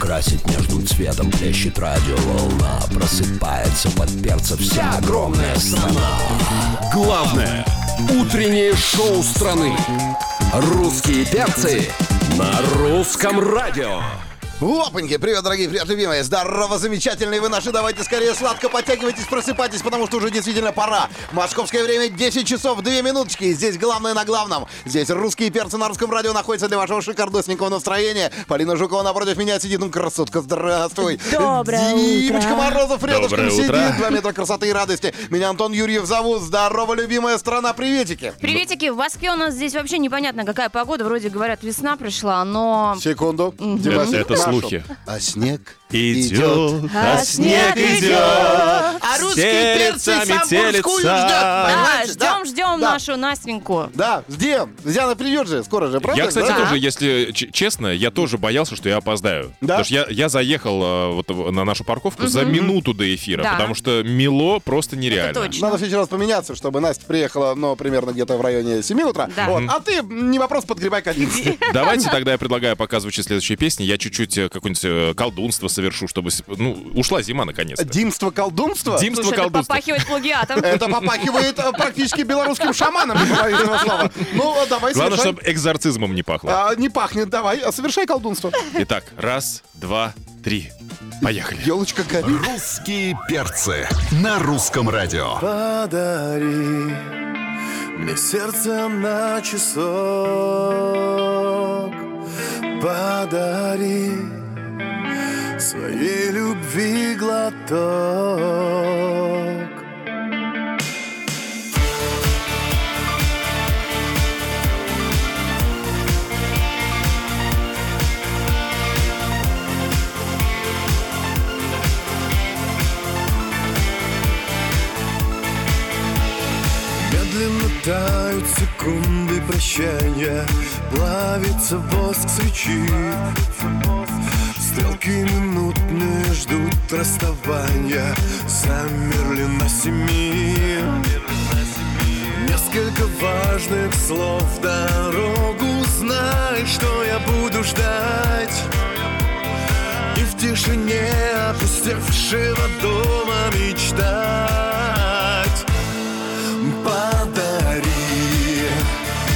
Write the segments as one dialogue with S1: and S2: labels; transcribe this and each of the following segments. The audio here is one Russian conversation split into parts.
S1: красить между цветом Плещет радиоволна Просыпается под перца вся огромная страна Главное Утреннее шоу страны Русские перцы на русском радио.
S2: Опаньки! Привет, дорогие, привет, любимые! Здорово, замечательные вы наши! Давайте скорее сладко подтягивайтесь, просыпайтесь, потому что уже действительно пора! Московское время 10 часов 2 минуточки. Здесь главное на главном. Здесь русские перцы на русском радио находятся для вашего шикардосненького настроения. Полина Жукова напротив меня сидит. Ну, красотка, здравствуй!
S3: Доброе утро.
S2: Димочка Морозов рядышком
S4: Доброе
S2: сидит.
S4: утро.
S2: Два метра красоты и радости. Меня Антон Юрьев зовут. Здорово, любимая страна! Приветики!
S3: Приветики, в Москве у нас здесь вообще непонятно, какая погода. Вроде говорят, весна пришла, но...
S2: Секунду.
S4: Это- это слухи.
S2: А снег
S4: Идет, а снег идет.
S3: идет.
S2: А
S4: русские перцы Телецами самбурскую телеца. ждет,
S3: Да,
S2: понимаете?
S3: ждем, ждем
S2: да.
S3: нашу Настеньку.
S2: Да, ждем. Диана придет же, скоро же, правда?
S4: Я, кстати,
S2: да?
S3: Да.
S4: тоже, если ч- честно, я тоже боялся, что я опоздаю.
S2: Да?
S4: Потому что я, я заехал э, вот в- на нашу парковку за минуту до эфира,
S3: Да.
S4: потому что мело просто нереально.
S3: точно.
S2: Надо в следующий раз поменяться, чтобы Настя приехала, ну, примерно где-то в районе 7 утра.
S3: Да.
S2: Вот. А ты, м, не вопрос, подгребай к 11.
S4: Давайте тогда я предлагаю показывать следующие песни. Я чуть-чуть э, какое-нибудь э, колдунство совершу, чтобы... с- Ну, ушла зима наконец-то.
S2: Димство колдунство?
S4: Димство
S3: Слушай, это
S4: колдунство.
S3: попахивает плагиатом.
S2: Это попахивает э, практически белорусским шаманом, не говоря этого слова. Ну, а давай
S4: Главное,
S2: совершай.
S4: чтобы экзорцизмом не пахло.
S2: А, не пахнет, давай, а совершай колдунство.
S4: Итак, раз, два, три. Поехали.
S2: Елочка горит.
S5: Русские перцы на русском радио.
S6: Подари мне сердце на часок Подари своей любви глоток Медленно тают секунды прощания Плавится воск свечи Стрелки минутные ждут расставания Замерли на семи Несколько важных слов в дорогу Знай, что я буду ждать и в тишине опустевшего дома мечтать Подари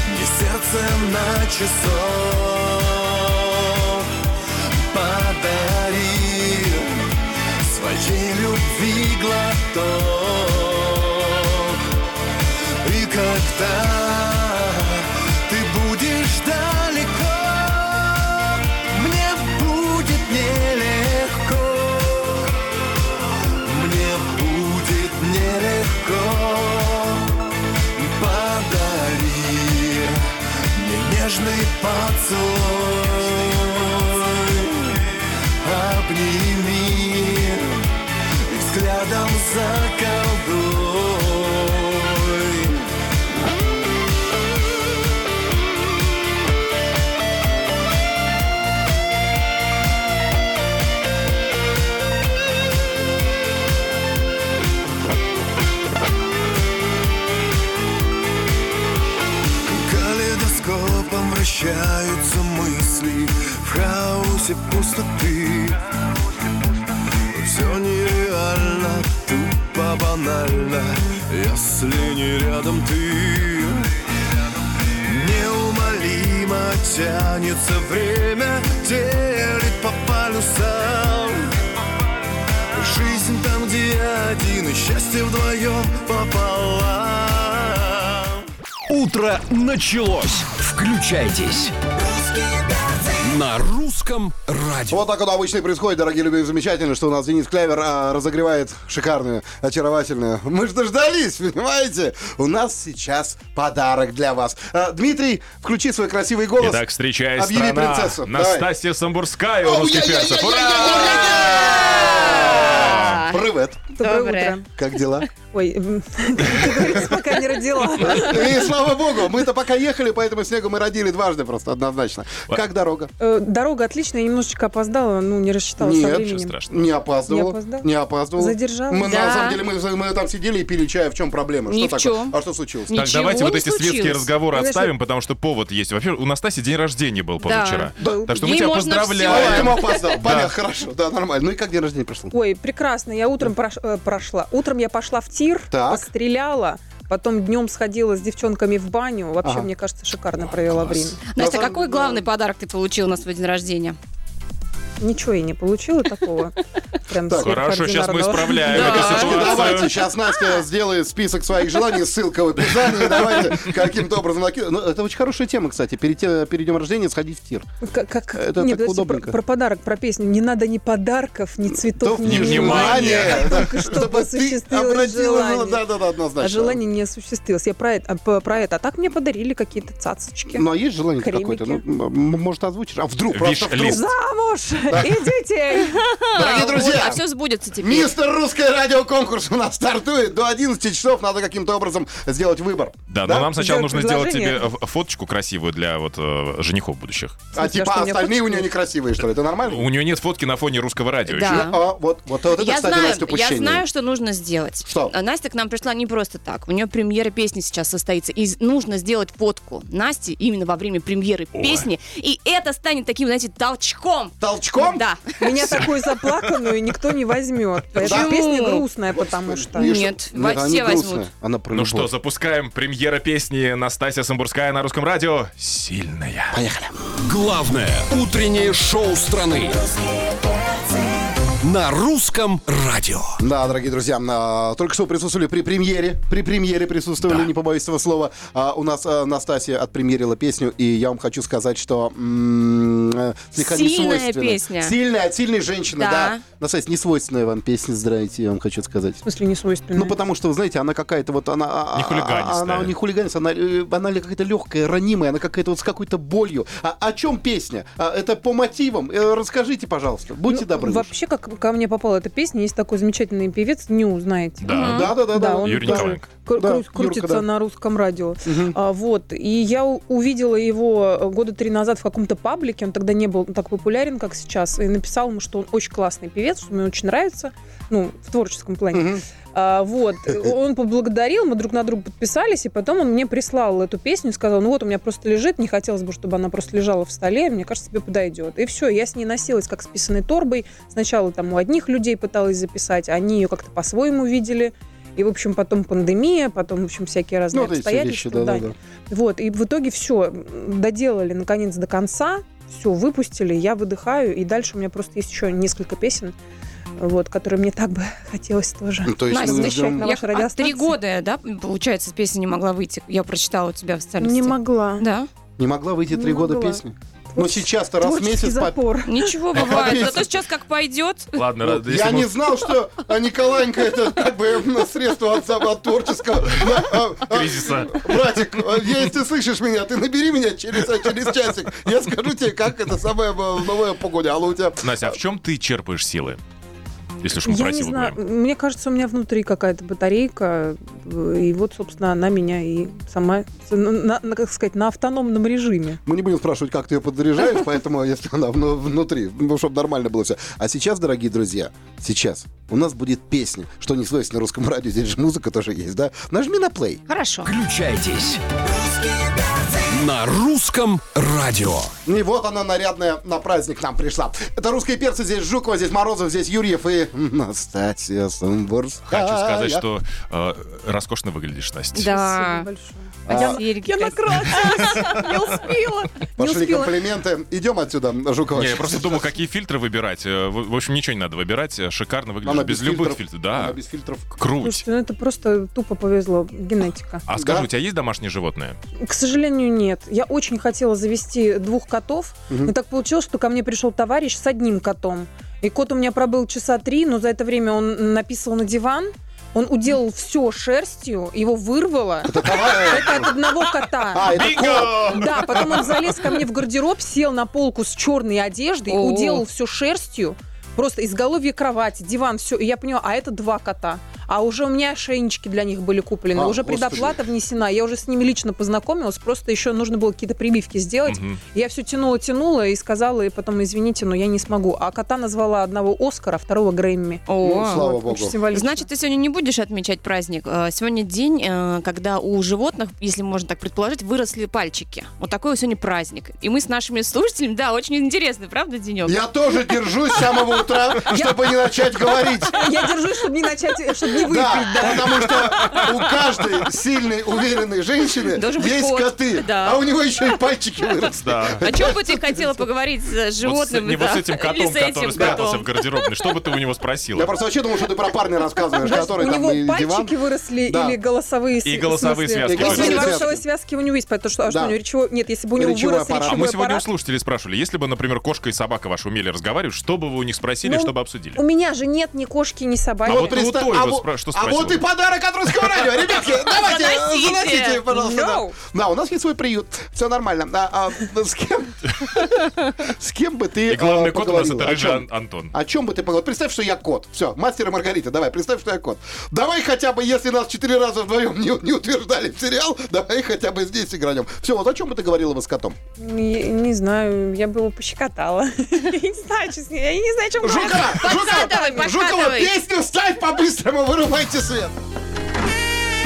S6: мне сердце на часов Подари своей любви глоток И когда ты будешь далеко Мне будет нелегко мне будет нелегко Подари мне нежный поцелуй Обними и взглядом заколдуй Калейдоскопом вращаются мысли В хаосе пустоты Все нереально, тупо банально Если не рядом ты Неумолимо тянется время Делит по полюсам Жизнь там, где один И счастье вдвоем пополам
S1: Утро началось. Включайтесь. На русском радио.
S2: Вот так вот обычно и происходит, дорогие любимые, замечательно, что у нас Денис Клявер а, разогревает шикарную, очаровательную. Мы же дождались, понимаете? У нас сейчас подарок для вас. А, Дмитрий, включи свой красивый голос.
S4: Итак, встречай
S2: Объяви
S4: страна.
S2: принцессу. Давай.
S4: Настасья Самбурская у русских перцев. Ура!
S2: Ой-яй-яй-яй-яй-яй-яй-яй! Привет.
S7: Доброе
S3: Доброе.
S7: утро.
S2: Как дела?
S7: Ой, м, как говорится, пока не родила.
S2: И слава богу, мы-то пока ехали, поэтому снегу мы родили дважды просто однозначно. Как дорога?
S7: Э, Дорога отличная, я немножечко опоздала, ну, не рассчитала
S2: Нет,
S7: со
S4: Ничего
S7: временем.
S4: страшного.
S2: Не опаздывала.
S7: Не опоздала?
S2: Не опаздывала.
S7: Задержалась?
S2: Мы, На
S3: А Да.
S2: самом деле мы, мы там сидели и пили чай. В чем проблема? что
S3: Ни в
S2: такое?
S3: чем.
S2: А что случилось?
S3: Ни-
S4: Так,
S3: Ничего
S4: давайте
S3: не
S4: вот эти светские
S3: случилось.
S4: разговоры
S7: Конечно.
S4: отставим, потому что повод есть. Во-первых, у Настаси день рождения был позавчера.
S7: Был.
S4: Так что мы
S3: Ей
S4: тебя
S3: можно
S2: А,
S3: всё.
S4: поздравляем.
S2: поэтому опоздал. Понятно, хорошо. Да, нормально. Ну и как день рождения прошло?
S7: Ой, прекрасно, я утром прош- э, прошла. Утром я пошла в тир,
S2: Так.
S7: постреляла, потом днем сходила с девчонками в баню. Вообще,
S2: Ага.
S7: мне кажется, шикарно провела время.
S3: Настя,
S2: Да,
S3: какой
S2: да.
S3: главный подарок ты получила на свой день рождения?
S7: Ничего я не получила такого. Прям
S2: Так.
S4: Хорошо, сейчас мы
S7: сверхординарного.
S4: исправляем
S3: Да.
S4: эту
S2: Ну, Давайте,
S4: ситуацию.
S2: сейчас Настя сделает список своих желаний, ссылка в описании. Давайте каким-то образом накину- Ну, это очень хорошая тема, кстати. Перед, те- перед днем рождения сходить в тир.
S7: Как, как-
S2: Это
S7: нет,
S2: так
S7: подожди,
S2: удобненько.
S7: про, про подарок, про песню. Не надо ни подарков, ни цветов,
S2: То
S7: ни
S4: ни
S7: внимания.
S4: внимания.
S7: Только чтобы осуществилось желание.
S2: Да, да, да,
S7: А
S2: однозначно.
S7: желание не осуществилось. Я про это, а, п- про это. А так мне подарили какие-то цацочки.
S2: Ну, а есть желание
S7: Кремики.
S2: какое-то? Ну, м- м- может, озвучишь? А вдруг? просто вдруг.
S4: Виш-лист.
S7: Замуж! И детей!
S2: Дорогие
S3: Вот,
S2: друзья,
S3: а все сбудется теперь.
S2: Мистер Русское Радио конкурс у нас стартует. До 11 часов надо каким-то образом сделать выбор.
S4: Да, но нам сначала
S7: Сделать
S4: нужно сделать тебе
S7: предложение.
S4: э, фоточку красивую для вот э, женихов будущих.
S2: А
S7: смысле, а
S2: типа
S7: что, у меня
S2: остальные у
S7: фотки
S2: нее
S7: нет?
S2: некрасивые, что ли? Это нормально?
S4: У нее нет фотки на фоне русского радио
S3: Да.
S4: еще.
S2: А, вот, вот, вот это,
S3: я,
S2: кстати,
S3: знаю,
S2: Настя,
S3: я
S2: упущение.
S3: знаю, что нужно сделать.
S2: Что?
S3: А Настя к нам пришла не просто так. У нее премьера песни сейчас состоится. И нужно сделать фотку Насти именно во время премьеры
S4: Ой.
S3: песни. И это станет таким, знаете, толчком.
S2: Толчком?
S3: Да.
S7: Меня такую заплаканную никто не возьмет. Эта
S3: Почему?
S7: песня грустная, потому что...
S2: И что-
S3: Нет,
S2: Нет,
S3: во-
S2: они
S3: все возьмут.
S2: грустные. Она про
S4: Ну
S2: любовь.
S4: что, запускаем премьера песни Настасья Самбурская на русском радио. Сильная.
S1: Главное утреннее шоу страны. На русском радио.
S2: Да, дорогие друзья, а, только что присутствовали при премьере. При премьере присутствовали, не побоюсь этого слова. А, у нас а, Настасья отпремьерила песню, и я вам хочу сказать, что м, э, слегка не
S3: Сильная
S2: свойственно.
S3: песня.
S2: Сильная, от сильной женщины, да.
S3: Да.
S2: Настасья, не свойственная вам песня, здравствуйте, я вам хочу сказать.
S7: В смысле, не свойственно.
S2: Ну, потому что, вы знаете, она какая-то вот, она... а-
S4: Не
S2: а-
S4: хулиганистая.
S2: Она не хулиганится, она, э, она ли какая-то легкая, ранимая, она какая-то вот с какой-то болью. А, о чем песня? А, это по мотивам. Э, расскажите, пожалуйста, будьте
S7: Ну,
S2: добры.
S7: Вообще, как ко мне попала эта песня, есть такой замечательный певец, Ню, знаете.
S4: Да.
S2: Да, да, да, да.
S7: А? Да, он
S4: Юрий
S7: тоже
S4: Николаенко.
S7: кру-
S2: Да,
S7: кру-
S2: Юрка,
S7: крутится
S2: да.
S7: на русском радио. А, вот. И я у- увидела его э, года три назад в каком-то паблике. Он тогда не был так популярен, как сейчас. И написал ему, что он очень классный певец, что мне очень нравится. Ну, в творческом плане. А, вот. Он поблагодарил, мы друг на друга подписались, и потом он мне прислал эту песню, сказал, ну вот, у меня просто лежит, не хотелось бы, чтобы она просто лежала в столе, мне кажется, тебе подойдет. И все, я с ней носилась, как с писаной торбой. Сначала там у одних людей пыталась записать, а они ее как-то по-своему видели. И, в общем, потом пандемия, потом, в общем, всякие разные
S2: Ну, вот эти все вещи,
S7: обстоятельства.
S2: да, да, да.
S7: Вот, и в итоге все, доделали наконец до конца, все выпустили, я выдыхаю, и дальше у меня просто есть еще несколько песен, вот, которые мне так бы хотелось тоже.
S2: То есть
S3: Настя,
S2: мы
S7: отвечает
S2: ждем-
S7: на
S3: Я
S7: вашей
S3: а,
S7: радиостанции?
S3: три года, да, получается, песня не могла выйти. Я прочитала у тебя в социальности.
S7: Не могла.
S3: Да.
S2: Не могла выйти
S7: Не
S2: три года
S7: могла.
S2: песни. Но сейчас-то раз в
S7: Творческий
S2: месяц... по-
S7: запор.
S3: Ничего бывает. Зато сейчас как пойдет.
S4: Ладно, рад- Ну, если
S2: Ну, Я
S4: мы-
S2: не знал, что а, Николаенко это как бы м, средство от, зап- от творческого да, а, а,
S4: Кризиса.
S2: Братик, а, я- если ты слышишь меня, ты набери меня через, а, через часик. Я скажу тебе, как это самое м, новое погуляло у тебя.
S4: Настя, а в чем ты черпаешь силы? Если уж мы
S7: Я
S4: про
S7: не
S4: силы
S7: знаю,
S4: говорим.
S7: мне кажется, у меня внутри какая-то батарейка, э, и вот, собственно, она меня и сама, на- на, как сказать, на автономном режиме.
S2: Мы не будем спрашивать, как ты ее подзаряжаешь, поэтому если она вну- внутри, ну, чтобы нормально было все. А сейчас, дорогие друзья, сейчас у нас будет песня, что не свойственно русскому радио, здесь же музыка тоже есть, да? Нажми на плей.
S3: Хорошо.
S1: Включайтесь. На русском радио.
S2: Ну И вот она нарядная на праздник к нам пришла. Это русские перцы, здесь Жукова, здесь Морозов, здесь Юрьев и Настасья Самбурская.
S4: Хочу сказать, что э, роскошно выглядишь, Настя.
S3: Да.
S2: А,
S7: Я,
S3: Серьги
S7: я
S3: красивые.
S7: накрасилась, не успела. Не
S2: Пошли
S7: успела.
S2: комплименты. Идем отсюда, Жукова.
S4: Не, я просто думал, какие фильтры выбирать. Э, В в общем, ничего не надо выбирать. Э, Шикарно выглядишь.
S2: Она
S4: без, любых фильтров. Да,
S2: Она без фильтров.
S4: круть.
S7: Слушайте, ну это просто тупо повезло, генетика.
S4: А скажи,
S2: Да.
S4: у тебя есть домашние животные?
S7: К сожалению, нет. Я очень хотела завести двух котов, но так получилось, что ко мне пришел товарищ с одним котом. И кот у меня пробыл часа три, но за это время он написал на диван, он уделал все шерстью, его вырвало. Это от одного
S2: А,
S7: кота.
S2: это кот.
S7: Да, потом он залез ко мне в гардероб, сел на полку с черной одеждой,
S3: О.
S7: уделал все шерстью. Просто изголовье кровати, диван, все. И я поняла, а это два кота. А уже у меня шейнички для них были куплены.
S2: А,
S7: уже
S2: господи.
S7: предоплата внесена. Я уже с ними лично познакомилась. Просто еще нужно было какие-то прививки сделать.
S4: Мгм.
S7: Я все тянула, тянула и сказала, и потом, извините, но я не смогу. А кота назвала одного Оскара, второго Грэмми.
S2: Ну,
S3: О,
S2: слава
S7: Вот,
S2: богу.
S7: очень символично.
S3: Значит, ты сегодня не будешь отмечать праздник. Э, Сегодня день, э, когда у животных, если можно так предположить, выросли пальчики. Вот такой вот сегодня праздник. И мы с нашими слушателями, да, очень интересный, правда, денек?
S2: Я тоже держусь с самого утра, чтобы не начать говорить.
S7: я держусь, чтобы не начать, чтобы не выпить.
S2: Да, потому что у каждой сильной, уверенной женщины
S3: Должен быть
S2: есть
S3: кот,
S2: коты,
S3: да.
S2: а у него еще и пальчики выросли.
S4: Да.
S3: О чем бы ты хотела поговорить с
S4: Вот с-
S3: животными?
S4: не вот
S3: да?
S4: с этим
S3: Или
S4: котом,
S3: с
S4: который
S3: этим
S4: спрятался в
S3: котом?
S4: гардеробной. Что бы ты у него
S2: Я
S4: спросила?
S2: просто вообще думал, что ты про парня рассказываешь,
S7: Значит,
S2: который
S7: у
S2: там и
S7: него
S2: диван.
S7: пальчики выросли
S2: Да.
S7: или голосовые с-
S4: И голосовые
S7: в смысле?
S4: связки.
S2: И голосовые
S7: Если
S2: связки.
S7: голосовые связки у него есть, потому что, а что
S2: Да.
S7: у него речевой... Нет, если бы у него
S2: Речевой
S7: вырос
S2: аппарат.
S4: А
S7: речевой
S4: мы сегодня у
S7: аппарат,
S4: слушателей спрашивали, если бы, например, кошка и собака ваша умели разговаривать, что бы вы у них спросили,
S7: Ну,
S4: что бы обсудили?
S7: у меня же нет ни кошки, ни собаки.
S4: А вот
S2: Представь-
S4: у Тойба
S2: а
S4: спра- что
S2: а
S4: спросил
S2: вот и
S4: бы?
S2: подарок от Русского радио. Ребятки, давайте,
S3: Заносите.
S2: заносите, пожалуйста. Да.
S7: No.
S2: Да, у нас есть свой приют. Все нормально. А, а, с кем? С кем бы ты
S4: И главный
S2: а,
S4: кот у нас
S2: поговорила?
S4: это
S2: О
S4: рыжий
S2: чем?
S4: Ан- Антон.
S2: О чем бы ты поговорил? Представь, что я кот. Все, мастер и Маргарита, давай, представь, что я кот. Давай хотя бы, если нас четыре раза вдвоем не, не утверждали в сериал, давай хотя бы здесь игранем. Все, вот о чем бы ты говорила бы с котом?
S7: Не, не знаю, я бы его пощекотала. Я не знаю, честно, я не знаю, о чем говорить.
S2: Жукова!
S3: Подкатывай,
S2: Жукова! Жукова,
S3: подкатывай.
S2: песню ставь по-быстрому, вырубайте свет!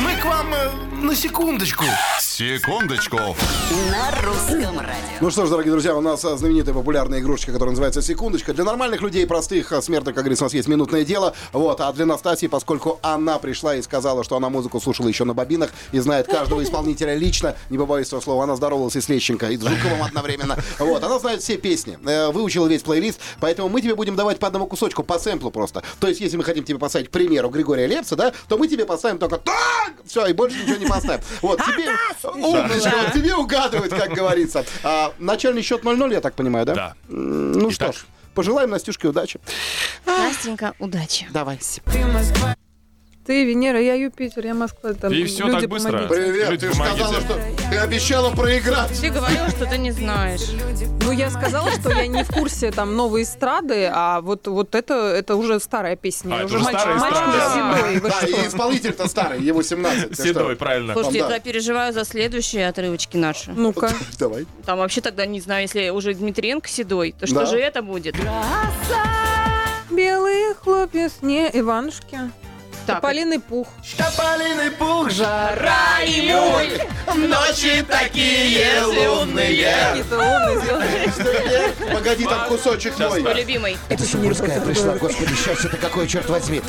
S6: Мы к вам э, на секундочку.
S5: Секундочку.
S8: На русском радио.
S2: Ну что ж, дорогие друзья, у нас а, знаменитая популярная игрушечка, которая называется «Секундочка». Для нормальных людей, простых, а, смертных, как говорится, у нас есть минутное дело. Вот, а для Настасьи, поскольку она пришла и сказала, что она музыку слушала еще на бобинах и знает каждого исполнителя лично, не побоюсь этого слова, она здоровалась и с Лещенко, и с Жуковым одновременно. Вот, она знает все песни, э, выучила весь плейлист, поэтому мы тебе будем давать по одному кусочку, по сэмплу просто. То есть, если мы хотим тебе поставить, к примеру, Григория Лепса, да, то мы тебе поставим только так, все, и больше ничего не поставим. Вот, тебе... Умничка, вот тебе угадывают, как говорится. А, начальный счет 0-0, я так понимаю, да?
S4: Да.
S2: М, Ну что
S4: Итак.
S2: ж, пожелаем Настюшке удачи.
S3: Настенька, удачи.
S2: Давай.
S7: Ты Венера, я Юпитер, я Москва. Там
S4: И все
S7: люди,
S4: так быстро.
S7: помогите.
S4: Люди, помогите.
S2: что ты обещала проиграть.
S3: Ты говорила, что ты не знаешь.
S7: Ну, я сказала, что я не в курсе там новой эстрады, а вот, вот это, это уже старая песня.
S4: А,
S7: Я
S4: это
S7: уже
S4: уже
S7: мальчик,
S4: старая
S7: мальчик
S4: эстрада.
S7: седой. Вы
S2: Да, и
S7: что?
S2: исполнитель-то старый, ему 17. ты что?
S4: Седой, правильно.
S3: Слушайте,
S2: да.
S3: я переживаю за следующие отрывочки наши.
S7: Ну-ка.
S2: Давай.
S3: Там вообще тогда, не знаю, если уже Дмитриенко седой, то что
S2: Да.
S3: же это будет?
S7: Белые хлопья, не Иванушки.
S3: Так,
S7: Тополиный пух.
S6: Тополиный пух, жара и июль, ночи такие лунные.
S7: Какие-то умные звезды.
S2: Погоди, там кусочек мой.
S3: это любимый.
S2: Это еще не русская пришла, господи, счастье-то какое, черт возьми.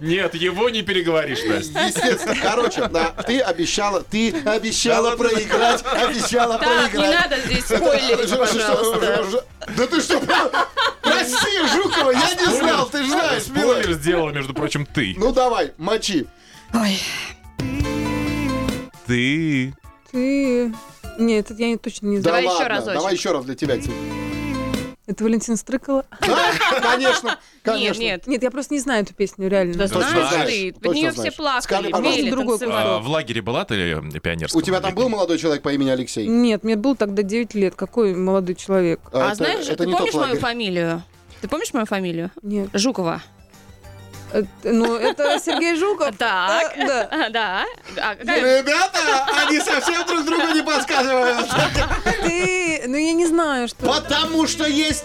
S4: Нет, его не переговоришь, Настя.
S2: Естественно. Короче, да, ты обещала, ты обещала проиграть, обещала
S3: Так, не
S2: проиграть.
S3: надо здесь спойлерить,
S2: Ж- ж- ж-
S3: пожалуйста.
S2: ж- Да ты что? Прости, Жукова, я не знал, ты ж знаешь, милая.
S4: Спойлер сделала, между прочим, ты.
S2: Ну давай, мочи.
S3: Ой,
S4: Ты.
S7: Ты... Нет, это я не- точно не знаю.
S3: Давай
S2: да
S3: еще
S2: ладно,
S3: разочек.
S2: Давай еще раз для тебя. Ксения.
S7: Это Валентин Стрыкало.
S2: Да, Конечно,
S3: нет,
S2: конечно.
S3: нет.
S7: Нет, я просто не знаю эту песню, реально.
S3: Да знаешь
S2: знаешь,
S3: ты, под
S2: точно
S3: нее все
S2: знаешь.
S3: плакали,
S2: Скажи, пожалуйста.
S3: пели,
S7: Другой
S3: танцевали.
S4: А, в лагере была ты э, пионерском?
S2: У тебя там был молодой человек по имени Алексей?
S7: Нет, мне было тогда 9 лет. Какой молодой человек?
S3: А
S2: Это-
S3: знаешь,
S2: это
S3: ты
S2: не тот
S3: помнишь мою
S2: лагерь.
S3: фамилию? Ты помнишь мою фамилию?
S7: Нет.
S3: Жукова.
S7: Это- Ну, это Сергей Жуков.
S3: Так.
S7: Э, Да.
S3: Да. А какая-
S2: Э, Ребята, они совсем друг другу не подсказывают.
S7: Ты... Ну, я не знаю, что...
S2: Потому что есть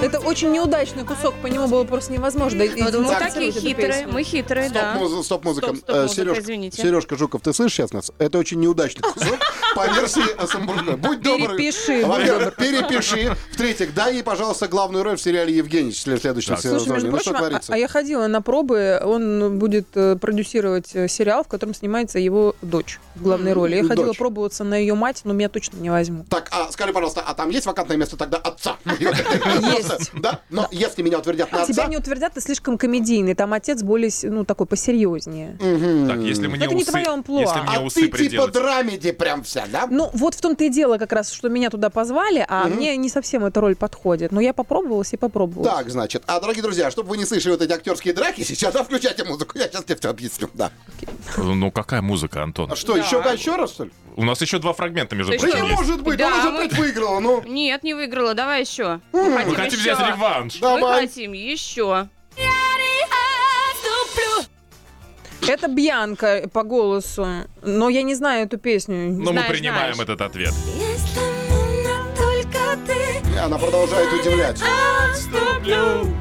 S7: Это очень неудачный кусок, по нему было просто невозможно. И-
S3: Вот мы
S7: и-
S3: такие
S7: эту
S3: хитрые,
S7: песню.
S3: мы хитрые, да.
S2: Стоп-музы- Стоп-музыка.
S3: Стоп, стоп-музыка,
S2: Э, Серёж-
S3: извините.
S2: Серёжка Жуков, ты слышишь сейчас нас? Это очень неудачный кусок по версии Асамбурга. Будь добр.
S7: Перепиши, будь
S2: Во-первых, перепиши. В-третьих, дай ей, пожалуйста, главную роль в сериале «Евгений» в следующем
S4: Так.
S7: Слушай,
S2: сезоне.
S7: между
S2: Ну что
S7: прочим, а,
S2: творится?
S7: а я ходила на пробы, он будет э, продюсировать э, сериал, в котором снимается его дочь в главной роли. Я
S2: Дочь.
S7: ходила пробоваться на ее мать, но меня точно не возьмут.
S2: Так, а скажи, пожалуйста, а там есть вакантное место тогда отца?
S7: Есть. А
S2: Да? Но если меня утвердят на
S7: Тебя
S2: отца...
S7: не утвердят, ты слишком комедийный, там отец более, с- ну, такой посерьезнее.
S4: Так, если мне
S7: Это не
S4: усы-
S7: твоя амплуа.
S4: Если мне
S2: А ты
S4: усы
S2: типа
S4: приделать.
S2: драмеди прям вся, да?
S7: Ну, вот в том-то и дело как раз, что меня туда позвали, а мне не совсем эта роль подходит. Но я попробовалась и попробовала.
S2: Так, значит. А, дорогие друзья, чтобы вы не слышали вот эти актерские драки, сейчас да, включайте музыку. Я сейчас тебе все объясню. Да.
S4: Ну, какая музыка, Антон?
S2: А что, еще, еще раз, что ли?
S4: У нас еще два фрагмента, между
S3: То есть
S4: прочим,
S3: мы
S2: Не
S4: есть.
S2: может быть,
S3: Да,
S2: она же
S3: мы-
S2: опять выиграла, ну.
S3: Нет, не выиграла, давай еще.
S4: Мы хотим взять реванш.
S3: Мы
S2: Давай.
S3: хотим еще.
S7: Это Бьянка э, по голосу, но я не знаю эту песню.
S2: Ну,
S4: Но мы
S3: Знаешь,
S4: принимаем
S3: знаешь.
S4: этот ответ.
S9: только ты
S2: И Она продолжает удивлять.
S7: А,
S9: отступлю.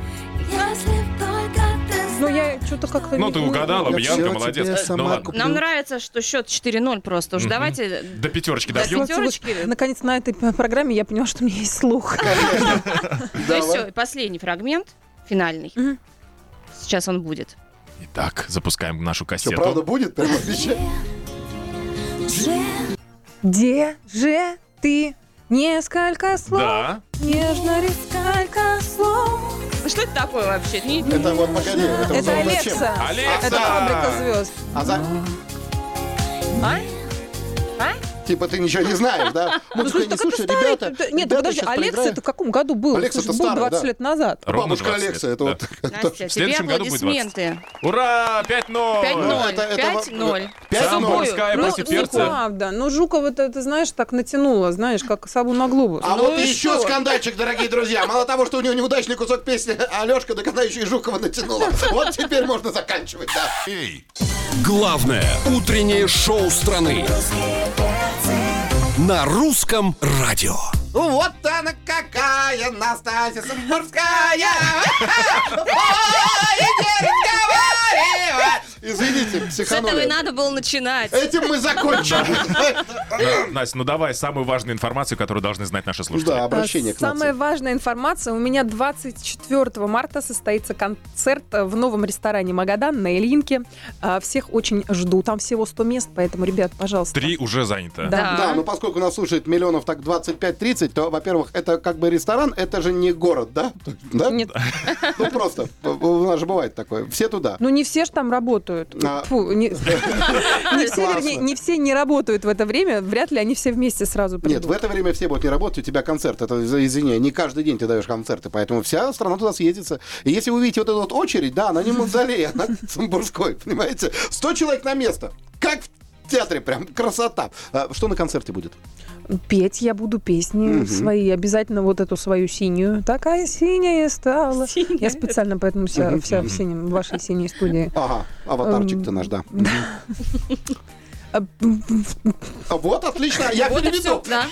S9: Если б только ты
S7: Ну, я что-то как-то...
S4: Ну,
S7: не-
S4: ты угадала,
S2: Я всё
S4: Бьянка,
S2: тебе
S4: молодец.
S2: сама
S4: Ну ладно.
S2: куплю.
S3: Нам нравится, что счет 4-0 просто. Уж давайте...
S4: До пятерочки
S3: Да,
S4: добьем.
S7: Слава тебе,
S3: Пятерочки.
S7: Господи. Наконец, на этой п- программе я поняла, что у меня есть слух.
S3: Ну и все, последний фрагмент, финальный.
S7: Мгм.
S3: Сейчас он будет.
S4: Итак, запускаем нашу
S2: Что,
S4: кассету.
S2: правда будет? Прям отвечай.
S7: Где же ты? Несколько слов,
S4: Да.
S7: нежно несколько слов.
S3: Ну Что это такое вообще? Не-
S2: Это вот погоди. вот
S7: Это
S2: зачем?
S7: Алекса.
S4: Алекса!
S7: Это фабрика звезд.
S2: А за...
S7: А?
S3: А?
S2: Типа ты ничего не знаешь, да? Музыку я не
S7: Ну, так это
S2: слушаю,
S7: старый-
S2: ребята.
S7: это- Нет, ну
S2: ребята,
S7: подожди,
S2: щас
S7: Алекса
S2: проиграю.
S7: это в каком году был?
S2: Алекса
S7: Слушай,
S2: это
S7: был
S2: старый,
S7: 20
S2: да.
S7: лет назад.
S4: Ровно
S2: Бабушка
S4: 20 лет.
S2: Алекса, это
S4: Да.
S2: вот.
S3: Настя, тебе
S4: следующем году будет
S3: аплодисменты.
S4: Ура! 5-0!
S3: 5-0.
S2: это- это-
S3: 5-0.
S2: Пять
S4: Самая
S2: ноль.
S4: морская
S7: Ну,
S4: против перца.
S7: неправда. Но Жукова, это, ты знаешь, так натянула, знаешь, как сабу на глобус.
S2: А вот
S3: и
S2: еще
S3: что?
S2: скандальчик, дорогие друзья. Мало того, что у него неудачный кусок песни, Алешка, так она еще и Жукова натянула. Вот теперь можно заканчивать, да.
S5: Эй,
S1: Главное утреннее шоу страны. На русском радио.
S2: Вот она какая, Настасья Самбурская. Извините,
S3: С этого и
S2: психанули.
S3: надо было начинать.
S2: Этим мы закончим.
S4: Настя, ну давай самую важную информацию, которую должны знать наши слушатели.
S2: Да, обращение к
S7: Самая
S2: нации.
S7: важная информация. У меня 24 марта состоится концерт в новом ресторане «Магадан» на Ильинке. А, Всех очень жду. Там всего 100 мест, поэтому, ребят, пожалуйста.
S4: Три уже занято.
S7: Да.
S2: Да, но поскольку нас слушает миллионов так 25-30, то, во-первых, это как бы ресторан, это же не город, да? Да?
S7: Нет.
S2: Ну просто, у нас же бывает такое. Все туда.
S7: Ну, не все же там работают.
S2: А.
S7: Фу, не, не все,
S2: Классно.
S7: вернее, не все не работают в это время. Вряд ли они все вместе сразу придут.
S2: Нет, в это время все будут не работать, у тебя концерт. Это, из- извини, не каждый день ты даешь концерты, поэтому вся страна туда съедется. И если вы увидите вот эту вот очередь, да, она не Мавзолей, она Самбурской, понимаете? 100 человек на место. Как в театре, прям красота. А Что на концерте будет?
S7: Петь я буду песни свои. Обязательно вот эту свою синюю. Такая синяя стала. Я специально поэтому вся, вся в синем, в вашей синей студии.
S2: Ага, аватарчик-то наш, да.
S3: Эм,
S7: А, м,
S2: А Вот, отлично, я
S3: Вот и
S2: переведу.
S3: все, да.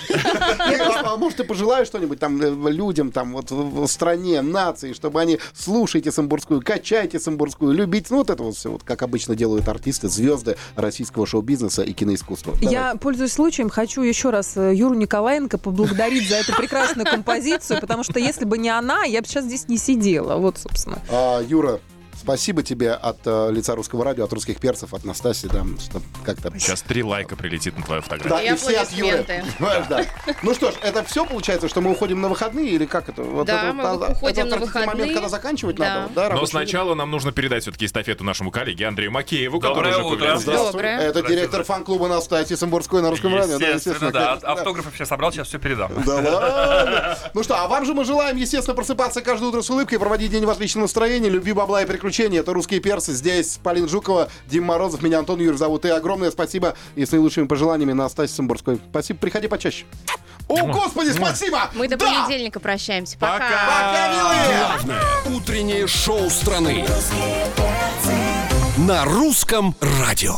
S2: А, а Может, ты пожелаешь что-нибудь там э, людям, там, вот в в стране, нации, чтобы они слушайте самбурскую, качайте самбурскую, любите. Ну, вот это вот все, вот как обычно делают артисты, звезды российского шоу-бизнеса и киноискусства. Давай.
S7: Я, пользуясь случаем, хочу еще раз э, Юру Николаенко поблагодарить за эту прекрасную композицию, потому что если бы не она, я бы сейчас здесь не сидела. Вот, собственно.
S2: А, Юра, спасибо тебе от э, лица русского радио, от русских перцев, от Настаси, да, что как-то.
S4: Сейчас три лайка прилетит на твою фотографию.
S2: Да,
S3: И
S2: и все от Юры.
S3: аплодисменты.
S2: Понимаешь, да. Ну что ж, это все получается, что мы уходим на выходные или как это? Вот
S3: Да,
S2: это вот
S3: мы
S2: надо- это
S3: уходим на
S2: традиционный момент,
S3: выходные.
S2: когда заканчивать
S3: Да.
S2: надо. вот, да,
S4: Но
S2: рабочий
S4: сначала нам нужно передать все-таки эстафету нашему коллеге Андрею Макееву, который
S10: Доброе
S4: уже
S10: утро.
S4: появился.
S2: день. Здравствуй.
S3: Доброе.
S2: Это директор фан-клуба Настасьи Самбурской на русском радио. да,
S10: Естественно, да.
S2: конечно, да.
S10: Автографы все собрал, сейчас все передам.
S2: Да ладно. Ну что, а вам же мы желаем, естественно, просыпаться каждое утро с улыбкой, проводить день в отличном настроении, любви, бабла и приключений. Это «Русские персы». Здесь Полин Жукова, Дим Морозов, меня Антон Юрьев зовут. И огромное спасибо и с наилучшими пожеланиями Настасье Самбурской. Спасибо, приходи почаще. О, господи, спасибо!
S3: Мы до
S2: Да!
S3: понедельника прощаемся.
S4: Пока.
S2: Пока, милые!
S1: Главное утреннее шоу страны. На русском радио.